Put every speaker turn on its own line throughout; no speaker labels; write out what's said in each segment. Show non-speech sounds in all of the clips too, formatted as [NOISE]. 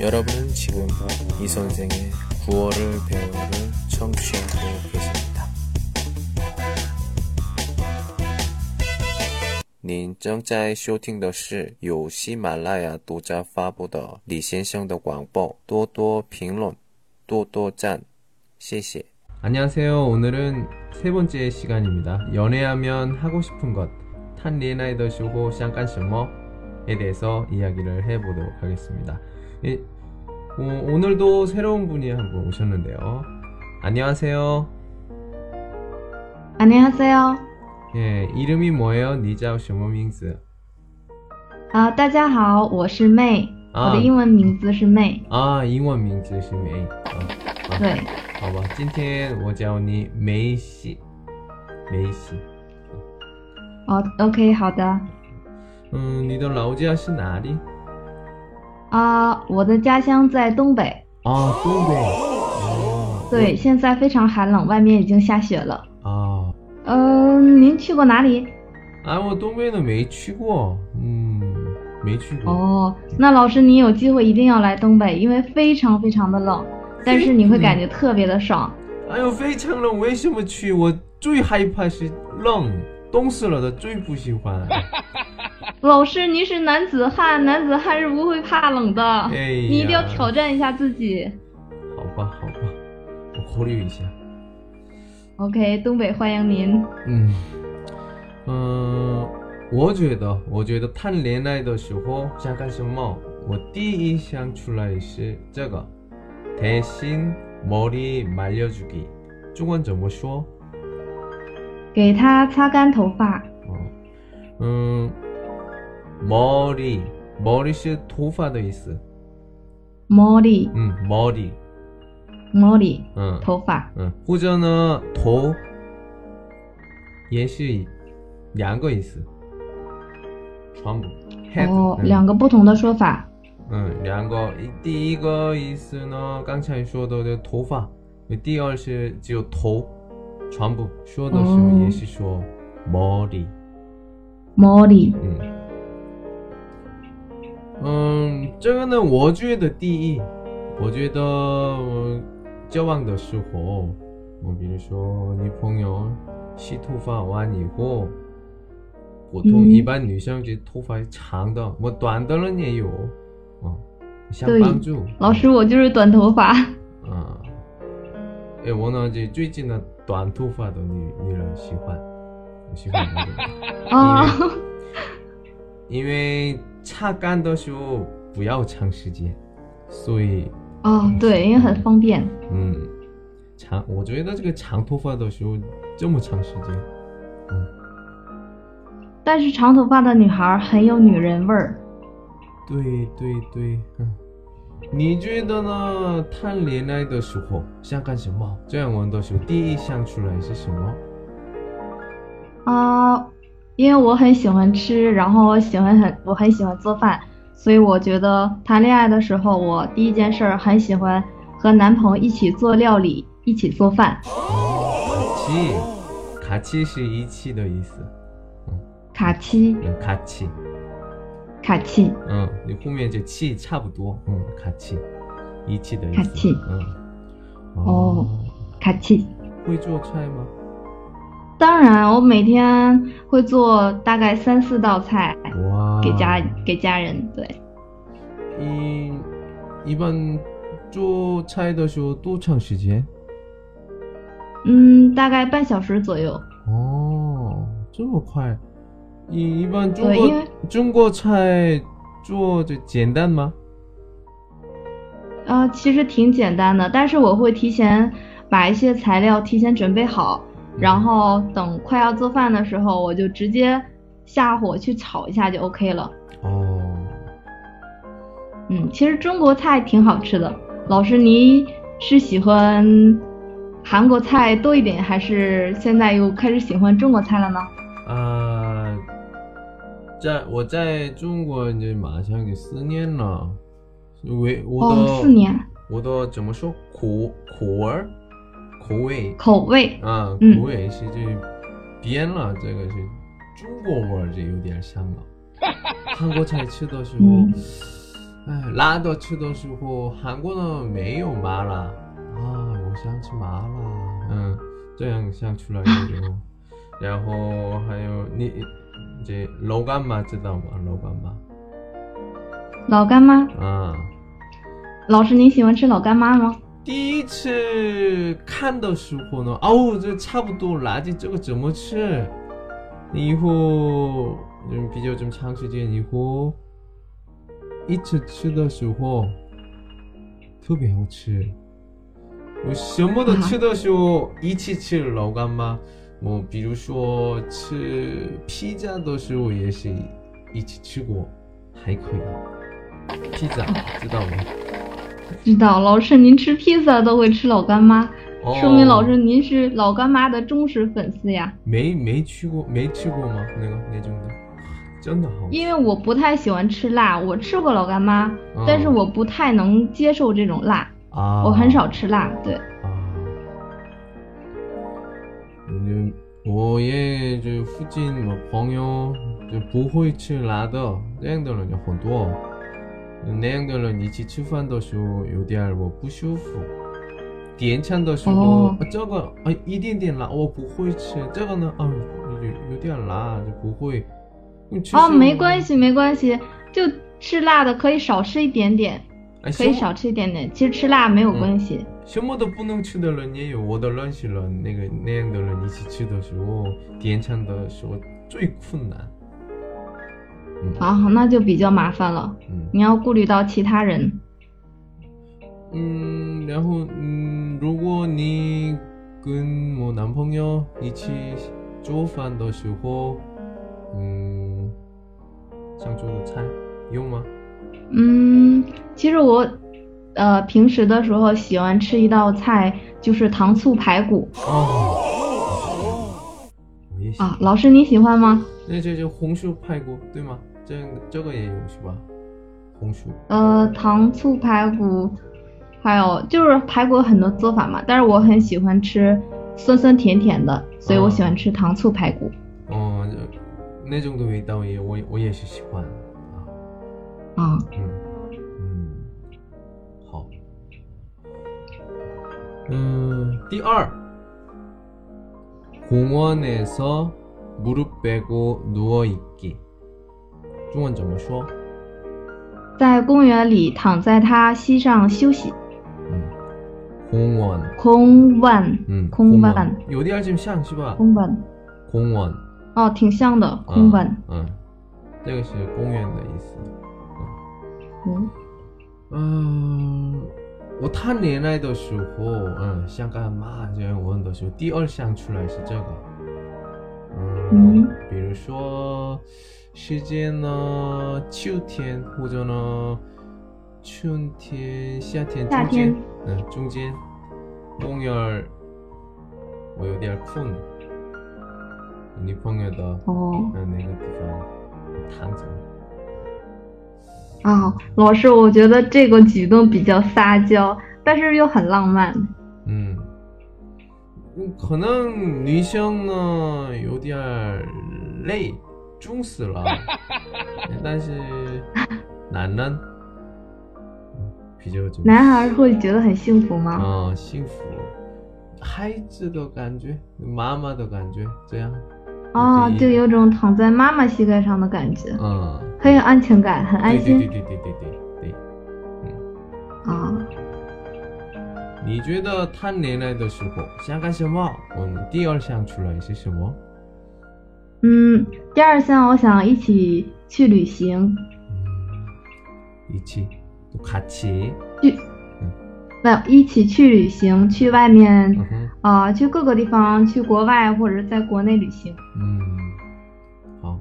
여러분은 지금 이 선생의 구월을 배우를 청취하고 계십니다. 您正在收听的是由喜马拉雅独家发布的李先生的广播，多多评论，多多赞，谢谢。
안녕하세요. 오늘은 세 번째 시간입니다. 연애하면 하고 싶은 것, 탄 리에나이 더 쇼고 샹깐 셔머에 대해서 이야기를 해보도록 하겠습니다. 예, 어, 오늘도 새로운 분이 한 분 오셨는데요. 안녕하세요.
안녕하세요.
예, 이름이 뭐예요? 니자오 쇼머 밍스.
啊、大家好，我是妹，我的英文名字是
[LAUGHS]
妹。
아, 이원 밍즈 씨 메이. 아,
对，
好吧，今天我叫你梅西，梅西。
哦、o k 好的。
嗯，你的老家是哪里？
啊、我的家乡在东北，
啊，东北。哦，
对，现在非常寒冷，外面已经下雪了。
啊，
嗯、您去过哪里？
啊，我东北的没去过，嗯，没去过。
哦，那老师，你有机会一定要来东北，因为非常非常的冷，但是你会感觉特别
[LAUGHS]
的爽。
哎呦，非常冷，为什么去？我最害怕是冷，冻死了的最不喜欢。
老师，您是男子汉，男子汉是不会怕冷的，
哎呀，
你一定要挑。战一下自己。
好吧，好吧，我考虑一下。
OK，东北欢迎您。
嗯，嗯，我觉得，我觉得谈恋爱的时候想干什么，我第一想出来是这个，대신머리말려주기。中文怎么说？
给他擦干头发。
哦，嗯， 어. 음, 머리머리是头发的意思。
머리
嗯， 음, 머리， 어.
머리
嗯
头发。
嗯，或者呢，头也是两个意思，全部。head，
哦，
嗯
两个不同的说法。
嗯，两个，一第一个意思呢，刚才说的就头发，第二是只有头，全部说的时候
哦
也是说머리，
머리
嗯，嗯，这个呢，我觉得第一，我觉得我交往的时候，我比如说女朋友洗头发完以后，普通
嗯
一般女生这头发长的，我短的人也有，嗯，想
对
帮助
老师，我就是短头发。
[LAUGHS] 嗯，哎，我呢这最近呢短头发的女女人喜欢，我喜欢那种。
哦，
因为擦干的时候不要长时间，所以
[LAUGHS] 哦，对，因为很方便。
嗯，长我觉得这个长头发的时候这么长时间，
但是长头发的女孩很有女人味儿。
对对对，嗯，你觉得呢？谈恋爱的时候想干什么？这样问的时候，第一想出来是什么？
啊、因为我很喜欢吃，然后我喜欢很我很喜欢做饭，所以我觉得谈恋爱的时候，我第一件事儿很喜欢和男朋友一起做料理，一起做饭。
卡其，哦卡其是一起的意思，
卡其，
嗯，卡其，
卡其，
嗯，你后面这气差不多，嗯，卡其，一起的意思，
卡其
嗯，
哦卡其。
会做菜吗？
当然，我每天会做大概三四道菜
哇，
给家、给家人。对，
一一般做菜的时候多长时间？
嗯，大概半小时左右。
哦，这么快？一一般中
对
国
因为
中国菜做的简单吗？
呃，其实挺简单的，但是我会提前把一些材料提前准备好，然后等快要做饭的时候，我就直接下火去炒一下就 OK 了。
哦，
嗯，其实中国菜挺好吃的。老师，您是喜欢韩国菜多一点，还是现在又开始喜欢中国菜了呢？
啊，在我在中国这马上给四年了，为我的、
哦，四年，
我的怎么说口口味儿口味
口味。
啊，
嗯
口味是这变了，这个是啊
[LAUGHS]
中国味儿，这有点像了。韩国菜吃的时候
嗯，
哎，拉的吃的时候，韩国呢没有麻辣啊，我想吃麻辣，嗯，这样想出来一
[LAUGHS]
种。然后还有你这老干妈知道吗？老干妈
老干妈，
啊，
老师您喜欢吃老干妈吗？
第一次看的时候呢，哦，这差不多垃圾，这个怎么吃？以后嗯，比较좀长时间以后，一次吃的时候特别好吃。我什么都吃的时候，一起吃老干妈。我比如说吃披萨的时候也是一起吃过，还可以。披萨知道吗？
知道，老师您吃披萨都会吃老干妈，
哦
说明老师您是老干妈的忠实粉丝呀。
没没去过，没吃过吗？那个那种的，真的好吃。
因为我不太喜欢吃辣，我吃过老干妈，
嗯
但是我不太能接受这种辣，
啊，
我很少吃辣。对，
啊。嗯，我也就附近我朋友就不会吃辣的，那样的人有很多。那样的人一起吃饭的时候有点儿我不舒服，点餐的时候、
哦
啊这个啊一点点辣我不会吃，这个呢啊有有点辣就不会。嗯其
哦，
实
没关系，没关系，就吃辣的可以少吃一点点，
哎，
可以
小
少吃一嗯点点。其实吃辣没有关系。
什么都不能吃的人也有，我的认识人那个那样的人一起吃的时候，点餐的时候最困难。嗯
啊，那就比较麻烦了，
嗯
你要顾虑到其他人。
嗯，然后嗯，如果你跟我男朋友一起做饭的时候，嗯，想做的菜有吗？
嗯，其实我，呃，平时的时候喜欢吃一道菜，就是糖醋排骨
哦，我也喜欢
啊。。老师，你喜欢吗？
那这就红薯排骨对吗？这这个也有是吧？红薯。
呃，糖醋排骨，还有就是排骨有很多做法嘛，但是我很喜欢吃酸酸甜甜的，所以我喜欢吃糖醋排骨
哦，这那种的味道也我我也是喜欢啊，
啊。
嗯嗯，好，嗯，第二， 그, 공원에서무릎빼고누워있기，中文怎么说？
在公园里躺在它膝上休息，
嗯， 음. 공원，
空万
嗯，
空
원
万
有点좀像是吧？
空万
공원， 아, 어.
哦，挺像的空万。
嗯，嗯，这个是公园的意思。
嗯，
嗯，我谈恋爱的时候，嗯，想干嘛这样问的时候，第二项出来是这个，嗯，
嗯
比如说时间呢，秋天或者呢，春天、夏天、
夏
中间
天，
嗯，中间，公园儿，我有点儿困，女朋友的，
哦
嗯，那个地方躺着，
啊，老师，我觉得这个举动比较撒娇，但是又很浪漫。
嗯，嗯可能女生呢有点儿累，重死了，但是男人嗯比较重视
男孩会觉得很幸福吗？
啊、幸福，孩子的感觉，妈妈的感觉，这样
哦，
你
就
这一
有种躺在妈妈膝盖上的感觉，
嗯，
很有安全感，很安
对
心
对对对对对对。
啊。
你觉得谈恋爱的时候想干什么？嗯，第二项出来是什么？
嗯，第二项我想一起去旅行，
음, 있지. 또 같이.
那一起去旅行，去外面
어허.
啊、去各个地方，去国外或者是在国内旅行。
음. 어.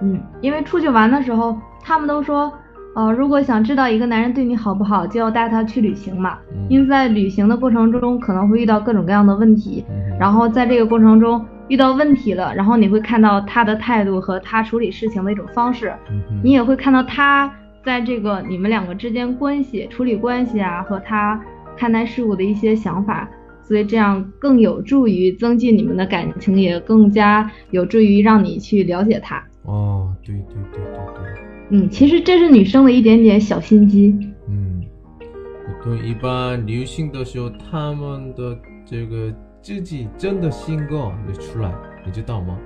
嗯，因为出去玩的时候，他们都说，呃，如果想知道一个男人对你好不好，就要带他去旅行嘛。
음.
因为在旅行的过程中可能会遇到各种各样的问题，
음.
然后在这个过程中遇到问题了，然后你会看到他的态度和他处理事情的一种方式，
음.
你也会看到他在这个你们两个之间关系处理关系啊和他看待事物的一些想法，所以这样更有助于增进你们的感情，也更加有助于让你去了解他。
어, 뚜이, 뚜이, 뚜이, 뚜이, 뚜이.
嗯，其实这是女生的一点点小心机。
음, 보통 일반 리우싱더쇼 타먼더 저거 그 쯔지 쩐더 싱거 출라 이제 다오마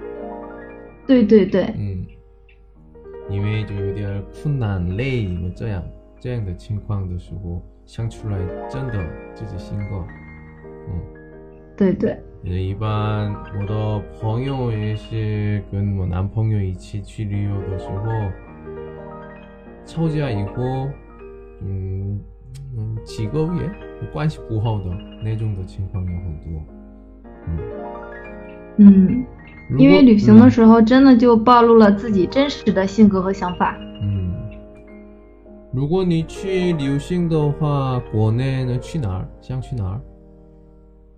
对对对，
음, 이외에 좀 요리할 쿤난 레이 뭐 쩌양 쩌양더 칭광더 쓰고 샹출라이 쩐더 쯔지 싱거 어.
对对，
예, 이제 일반 뭐더 벙요 예식은 뭐 남펑요 이치 취리요도 쓰고 처지야 이고 음, 음 직업이 관시 보하우더 내 정도 음, 칭광요도
嗯，因为
음,
旅行
嗯
的时候真的就暴露了自己真实的性格和想法。
음, 如果你去流行的话，国内呢去哪儿？想去哪儿？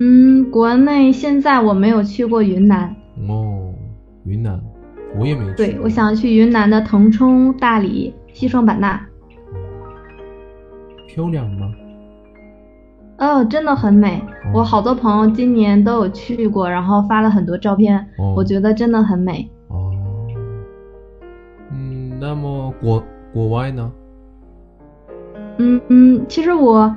嗯，国内现在我没有去过云南，
哦，云南，我也没去。
对我。想去云南的腾冲、大理、西双版纳。
음. 漂亮吗？
哦，真的很美
哦。
我好多朋友今年都有去过，然后发了很多照片，
哦，
我觉得真的很美。
哦，嗯，那么国国外呢？
嗯嗯，其实我，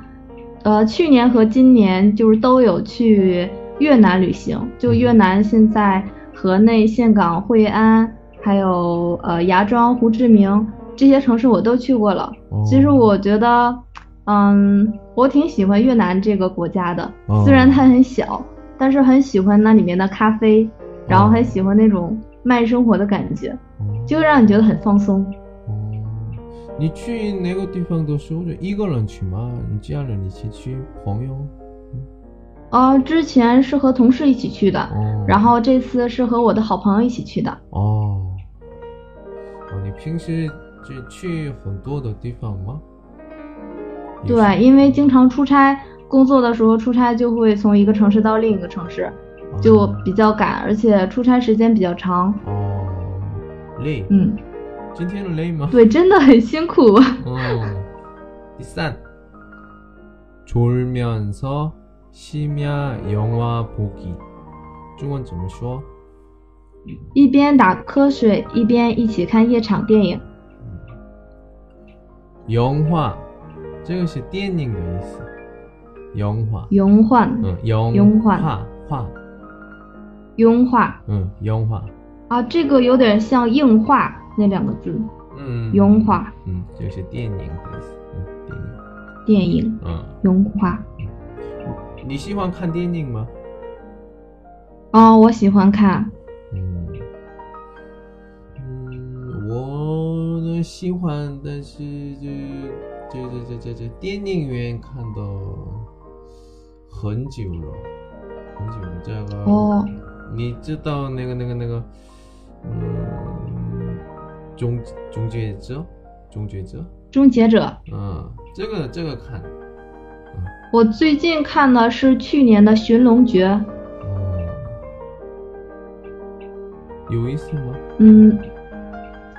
呃，去年和今年就是都有去越南旅行，就越
嗯
南现在河内、岘港、惠安，还有呃芽庄、胡志明这些城市我都去过了。
哦、
其实我觉得，嗯，我挺喜欢越南这个国家的，
哦
虽然它很小，但是很喜欢那里面的咖啡，然后很喜欢那种慢生活的感觉，
哦
就让你觉得很放松。
哦，你去哪个地方都是候，就一个人去吗？你家人一起去，朋友？
呃，之前是和同事一起去的，
哦，
然后这次是和我的好朋友一起去的。
哦，哦，你平时就去很多的地方吗？也
对，
是
因为经常出差，工作的时候出差就会从一个城市到另一个城市，就比较赶，而且出差时间比较长。
哦累，
嗯，
今天累吗？
对，真的很辛苦。 [LAUGHS]
어. 비싼. 졸면서 심야 영화 보기. 중원 怎么说?
一边打瞌睡，一边一起看夜场电影。
영화. 这个是电影的意思 영화.
融幻，
응, 영화.
영화.
화.
融化
응, 영화.
啊，这个有点像硬化那两个字，
응.
融化
응, 这个是电影的意思. 응, 어. 电影.
电影
응.
融化。
你喜欢看电影吗?
哦，我喜欢看，
嗯，嗯，我呢喜欢，但是这这这这这这电影院看到很久了，很久了。这个
哦，
你知道那个那个那个，嗯，终终结者，终结者，
《终结者》。
嗯，这个这个看，
我最近看的是去年的《寻龙诀》，
哦，有意思吗？
嗯，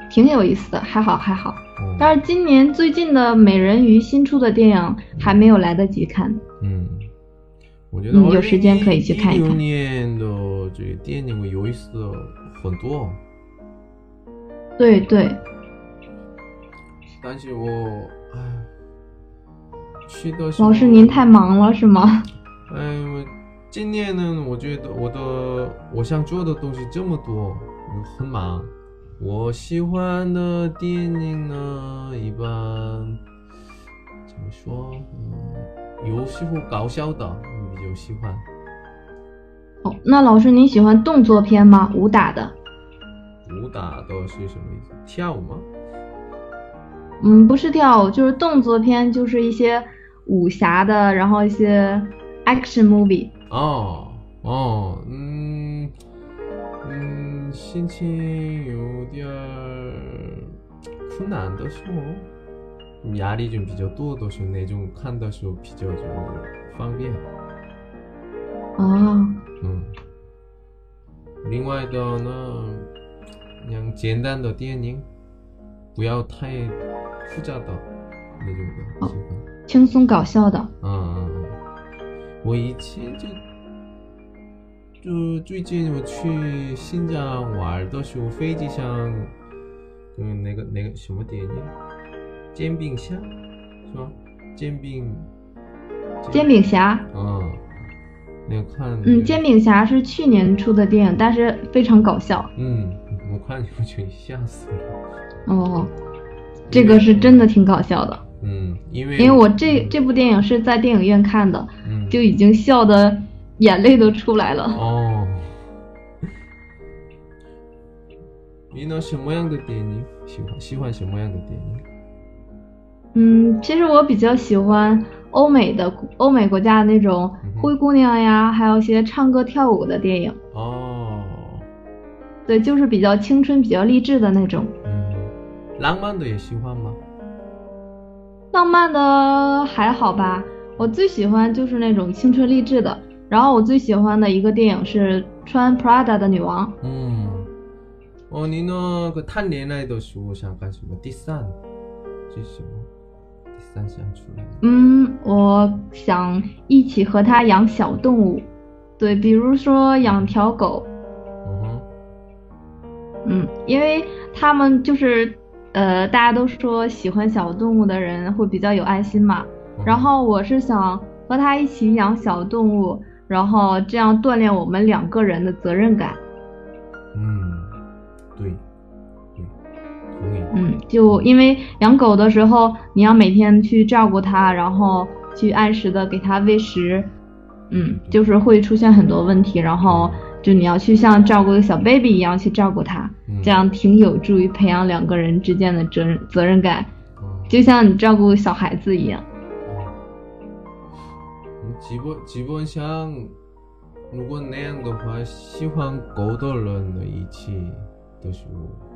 挺有意思的，还好还好。
哦
但是今年最近的《美人鱼》新出的电影还没有来得及看。
嗯，我觉得
嗯有时间可以去看一看
2016年的这个电影有意思的很多，
对对，
但是我唉，去的时候
老师您太忙了是吗？
哎，我今年呢，我觉得我的我想做的东西这么多，我很忙。我喜欢的电影呢，一般怎么说？嗯，有时候搞笑的我比较喜欢。
[LAUGHS] 哦，那老师您喜欢动作片吗？武打的？
武打的是什么意思？跳舞吗？
嗯，不是跳舞，就是动作片，就是一些武侠的，然后一些 action movie。
哦哦，嗯嗯，心情有点儿困难的时候，压力좀比较多的时候，那种看的时候比较就方便。
哦，
嗯，另外的呢，像简单的电影，不要太复杂的那种的喜欢。
轻松搞笑的。
嗯，嗯嗯，我以前就就最近我去新疆玩的时候，飞机上嗯，那个那个什么电影？煎饼侠是吧？煎饼
煎饼侠，
啊，那个看
嗯，煎饼侠是去年出的电影，但是非常搞笑
嗯，我看你不觉得吓死了？
哦，这个是真的挺搞笑的。
嗯，因为
因为我这这部电影是在电影院看的，
嗯
就已经笑的眼泪都出来了。
哦，你呢？什么样的电影喜欢？喜欢什么样的电影？
嗯，其实我比较喜欢欧美的欧美国家的那种
嗯哼
灰姑娘呀，还有一些唱歌跳舞的电影。
哦，
对，就是比较青春、比较励志的那种。
嗯，浪漫的也喜欢吗？
浪漫的还好吧，我最喜欢就是那种青春励志的。然后我最喜欢的一个电影是穿 Prada 的女王。
음. 어, 니는 그탄 레나이더 쇼 잠깐 뭐 디산 지시 뭐 디산 시안 출래.
嗯，我想一起和他养小动物，对，比如说养条狗，
어허.
嗯，因为他们就是，呃，大家都说喜欢小动物的人会比较有爱心嘛，
어허.
然后我是想和他一起养小动物，然后这样锻炼我们两个人的责任感，
음. 네. 네. 동의.
嗯，就因为养狗的时候，你要每天去照顾它，然后去按时的给它喂食，嗯，就是会出现很多问题，然后就你要去像照顾一个小 baby 一样去照顾它，
음.
这样挺有助于培养两个人之间的责任责任感，
어.
就像你照顾小孩子一样。
어. 지번 지번샹 누군 내양도 봐 시황 고돌런 이치 도시고.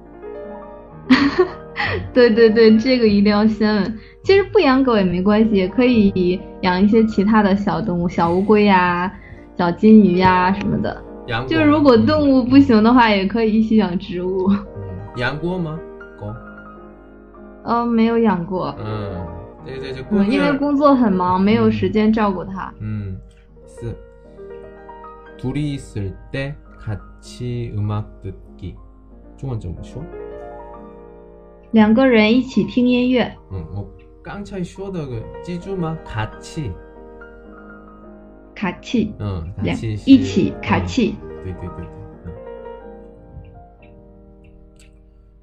对对对，这个一定要先问。其实不养狗也没关系，也可以养一些其他的小动物，小乌龟呀、小金鱼呀、什么的。
양고. 음.
就是如果动物不行的话，也可以一起养植物。
양고마? 고.
呃，没有养过，
응. 네, 네, 네.
嗯，因为
꿈을-
工作很忙，没有时间照顾它。
음, 쓰. 둘이 있을 때 같이 음악 듣기. 중원 좀 쉬워?
两个人一起听音乐，
응, 뭐, 깡차이 쉬워도 그 찌주마 같이.
卡气，
응,
两
같이. 시-
一起卡
응,
气。
네, 네, 네, 네. 응.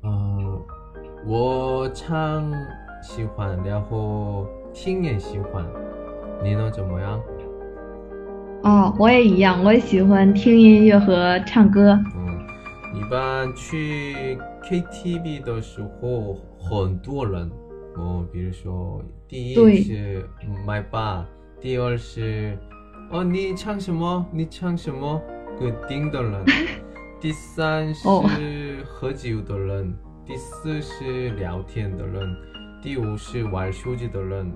어, 我唱喜欢，然后听也喜欢。你呢？怎么样？
哦，我也一样，我也喜欢听音乐和唱歌。
嗯，一般去 KTV 的时候，很多人，嗯，比如说第一
对
是麦霸，第二是哦你唱什么？你唱什么？个盯的人，第三是
哦
喝酒的人，第四是聊天的人，第五是玩手机的人，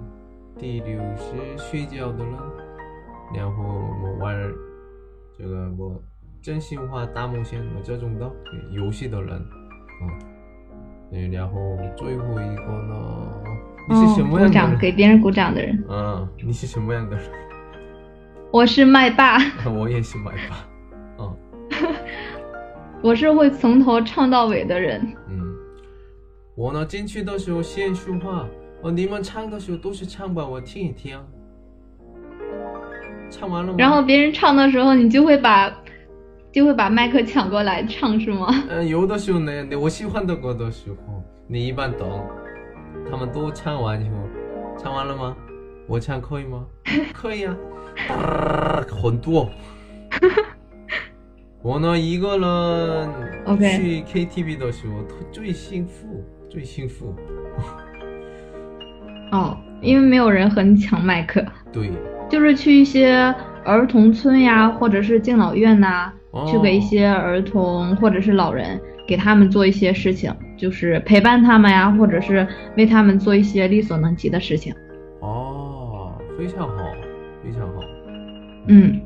第六是睡觉的人，然后我玩这个我真心话大冒险的这种的游戏的人，嗯，对，然后最后一个呢，你是什
嗯，
么
鼓
样
掌，
的
给
人？
别人鼓掌的人，
嗯，你是什么样的人？
我是麦霸，
我也是麦霸，嗯
我是会从头唱到尾的人。
[LAUGHS] 嗯，我呢进去的时候先说话，哦，你们唱的时候都是唱吧，我听一听。唱完了吗？
然后别人唱的时候，你就会把就会把麦克抢过来唱，是吗？
嗯，有的时候呢，我喜欢的歌的时候，你一般懂，他们都唱完以后，唱完了吗？我唱可以吗？ [LAUGHS] 可以啊，很多。我呢，一个人
OK
去 KTV 的时候最幸福，最幸福。
哦，因为没有人和你抢麦克。
对，
就是去一些儿童村呀，或者是敬老院呐、
哦、
去给一些儿童或者是老人，给他们做一些事情，就是陪伴他们呀，或者是为他们做一些力所能及的事情。
哦，非常好，非常好。
嗯，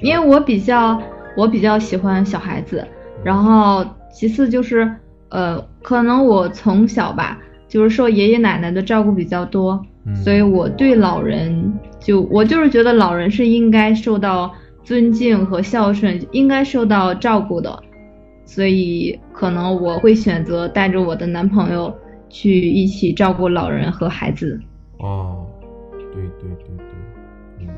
因为我比较我比较喜欢小孩子，然后其次就是呃，可能我从小吧，就是受爷爷奶奶的照顾比较多，
嗯，
所以我对老人就我就是觉得老人是应该受到尊敬和孝顺，应该受到照顾的，所以可能我会选择带着我的男朋友去一起照顾老人和孩子。
아, 네, 네, 네, 네. 음.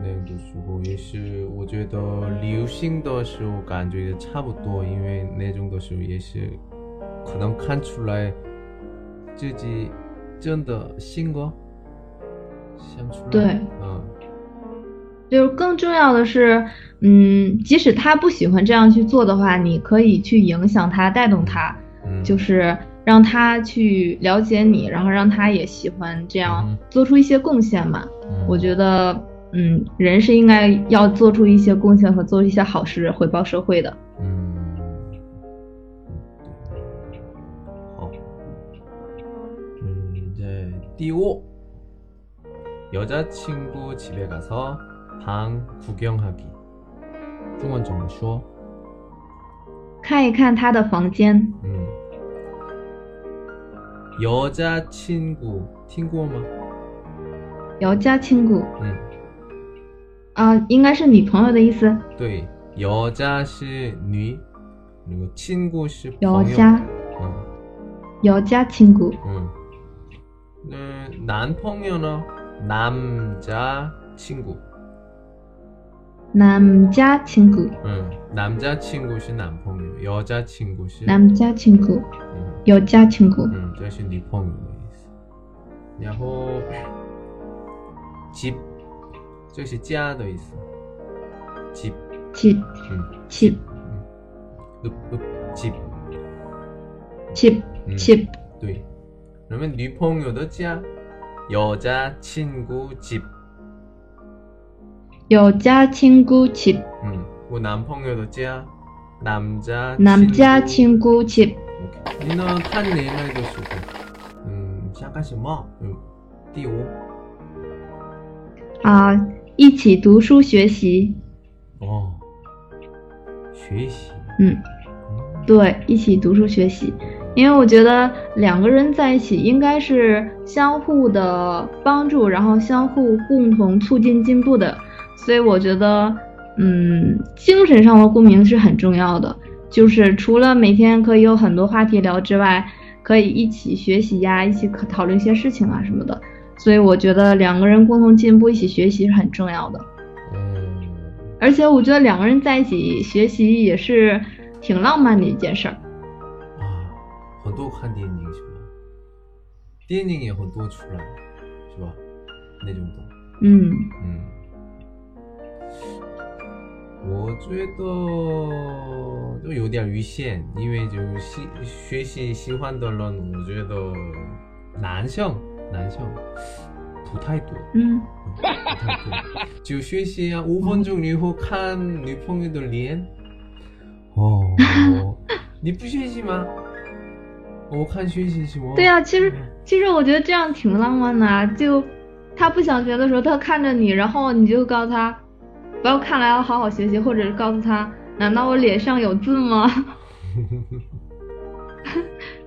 네, 그리고 也是我觉得流行的时候感觉差不多因为那种的时候也是可能看出来自己真的新歌想出来嗯
对。就是更重要的是，嗯，即使他不喜欢这样去做的话，你可以去影响他，带动他，
嗯
就是让他去了解你，然后让他也喜欢这
嗯
样
哼
做出一些贡献嘛。我觉得，嗯，人是应该要做出一些贡献和做一些好事回报社会的。
음. 어. 음, 이제 띠오 여자친구 집에 가서 방 구경하기. 중원 정쇼
看一看他的房间，
음. 여자친구 팅구어마.
姚家亲骨
음.
啊、应该是女朋友的意思。
对, 여자시 니 그리고 친구시
姚
朋友.
家，
음.
姚家亲骨
응. 음, 남펑연어 남자 친구.
男家亲骨
응. 남자 친구시 남펑유. 여자 친구시
男家亲骨
응.
姚家亲骨
응. 다시 니펑유. 야호 집. 즉시 짜도 있어. 집.
起
응.
起
읍읍 집.
起
응.
起
네. 그러면 네 니펑유도 짜. 여자 친구 집.
有家亲姑起，
응. 뭐 남펑유도 짜. 남자
男家
친구
亲姑起。
你呢？看你那个书，嗯，想干什么？嗯，第五，
啊，一起读书学习，
哦，学习，
嗯，
嗯，
对，一起读书学习。
예.
因为我觉得两个人在一起应该是相互的帮助，然后相互共同促进进步的，所以我觉得，嗯，精神上的共鸣是很重要的。就是除了每天可以有很多话题聊之外，可以一起学习呀，一起可讨论一些事情啊什么的。所以我觉得两个人共同进步，一起学习是很重要的。
嗯，
而且我觉得两个人在一起学习也是挺浪漫的一件事儿。
啊，很多看电影是吧？电影也很多出来，是吧？那种的。
嗯，
嗯，我觉得就有点局限，因为就是喜学习喜欢的人，我觉得男生男生不太多，
嗯，
不太多，就学习啊，五分钟以后看女朋友的脸，哦，你不学习吗？哦我看学习什么？
对啊，其实其实我觉得这样挺浪漫的啊。就他不想学的时候，他看着你，然后你就告诉他不要看了，要好好学习，或者是告诉他，难道我脸上有字吗？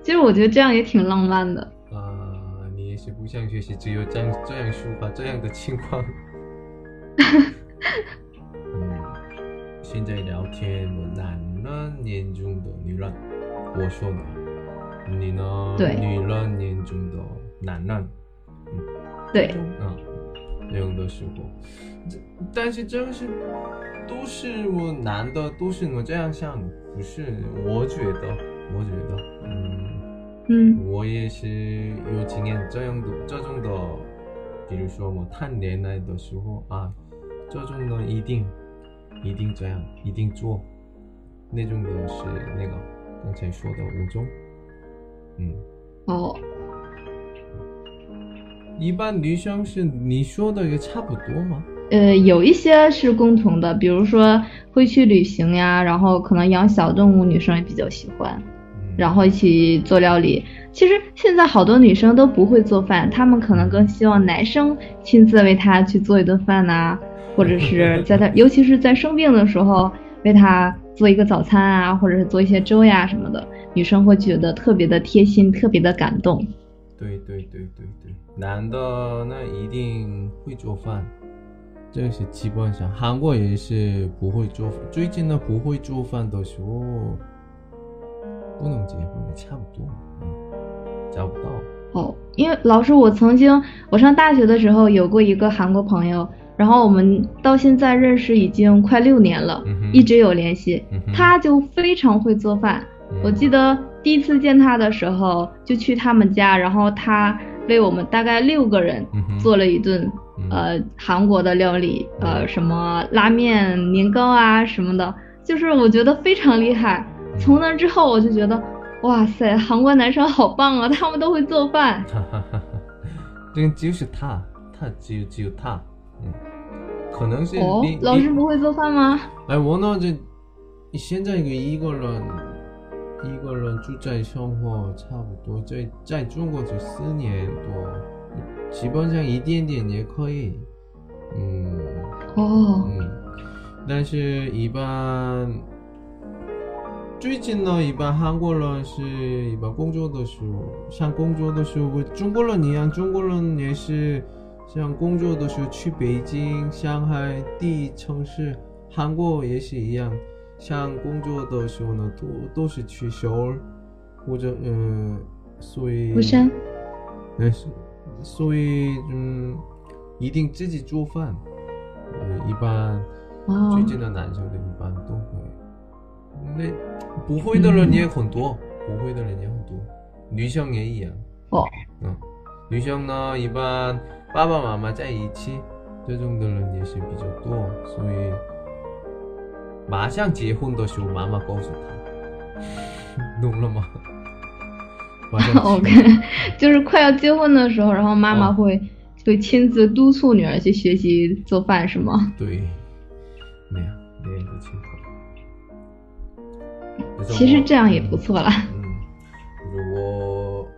其实我觉得这样也挺浪漫的。
啊，你也许不想学习，只有这样这样抒发这样的情况。 [LAUGHS] 嗯，现在聊天，我男人眼中的女人，我说呢，你呢？
对
女人眼中的男人，
对，
嗯，那样的时候，这但是这个是都是我男的，都是我这样想，不是？我觉得，我觉得，嗯。
嗯
我也是有经验，这样的这种的，比如说我谈恋爱的时候啊，这种的一定一定这样，一定做，那种的是那个刚才说的五种，嗯，
哦，
一般女生是你说的也差不多吗？
呃，有一些是共同的，比如说会去旅行呀，然后可能养小动物，女生也比较喜欢。
嗯、
然后一起做料理。其实现在好多女生都不会做饭，她们可能更希望男生亲自为她去做一顿饭呐、或者
[LAUGHS]
是在她，尤其是在生病的时候，为她做一个早餐啊，或者是做一些粥呀、什么的，女生会觉得特别的贴心，特别的感动。
对对对对对，男的那一定会做饭，这是基本上，韩国也是不会做，最近呢不会做饭的时候，不能结婚，差不多，嗯，找不到。
哦，因为老师，我曾经我上大学的时候有过一个韩国朋友，然后我们到现在认识已经快六年了，
嗯哼
一直有联系。
嗯哼嗯
他就非常会做饭，我记
得，
得第一次见他的时候就去他们家，然后他为我们大概六个人
嗯哼
做了一顿
嗯
呃韩国的料理，呃
嗯
什么拉面、年糕啊什么的，就是我觉得非常厉害。从那之后我就觉得，哇塞，韩国男生好棒啊，他们都会做饭。
哈哈
呃
哈哈， [LAUGHS] 这个就是他，他只有只有他，嗯，可能是
哦
你、，
老
你
师不会做
[LAUGHS]
饭吗？
아니 워너즈 현재 이거는 이걸로 주자의 생활 차부터 저희 자 중국에서 쓰니에 또 기본상 EDNDN 예 거의 음
哦，
嗯，但是，一般最近呢，一般韩国人是一般工作的时候，像工作的时候，跟中国人一样，中国人也是像工作的时候去北京、上海第一城市，韩国也是一样，像工作的时候呢，都都是去首尔或者呃，所以
釜山。
对，所所以嗯，一定自己做饭，呃，一般
哦
最近的男生的一般都会，那不会的人也很多，不会的人也很多，女生也一样。
哦，
嗯，女生呢一般爸爸妈妈在一起，这种的人也是比较多，所以马上结婚的时候，妈妈告 [LAUGHS] 诉他，懂了吗？马上结婚
OK，就是快要结婚的时候，然后妈
嗯
妈会、会亲自督促女儿去学习做饭，是吗？
对，那样那样就清楚了。
其实
뭐,
这样
음.
也不错啦。
嗯，就是我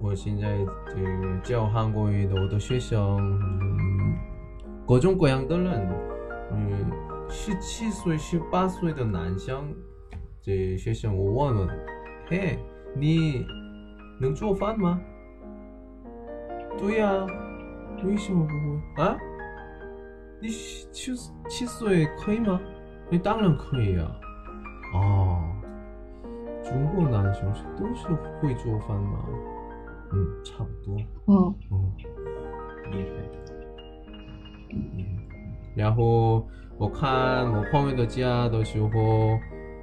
我现在这个教韩国语的我的学生，嗯，各种各样的人，嗯，十七岁、十八岁的男生，这学生我问了，嘿，你能做饭吗？对呀、为什么不会啊？你十七七岁可以吗？你当然可以啊。哦，中国男生是都是会做饭吗？嗯，差不多。
哦，
哦，厉害，厉害。然后我看我朋友的家的时候，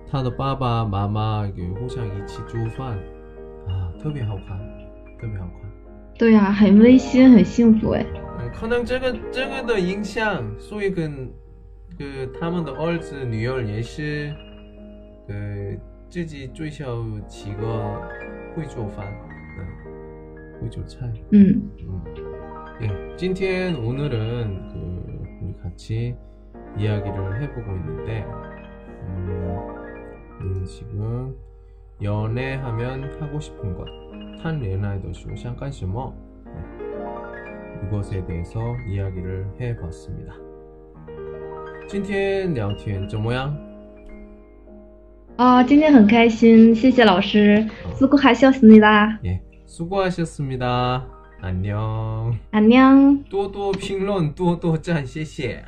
他的爸爸妈妈也互相一起做饭，啊，特别好看，特别好看。
对呀、很温馨，很幸福哎。
嗯，可能这个这个的影响，所以跟跟他们的儿子女儿也是，呃，自己最少几个会做饭，嗯，会做菜，
嗯，
嗯，예今天 오늘은 그 우리 같이 이야기를 해보고 있는데, 음, 우리는 지금 연애하면 하고 싶은 것, 탄 레나이더 쇼 잠깐 심어 이것에 대해서 이야기를 해봤습니다. 今天聊天怎么样？
啊，今天很开心，谢谢老师，
어,
수고하셨습니다，
예, 수고하셨습니다. 안녕.
안녕。
多多评论，多多赞，谢谢。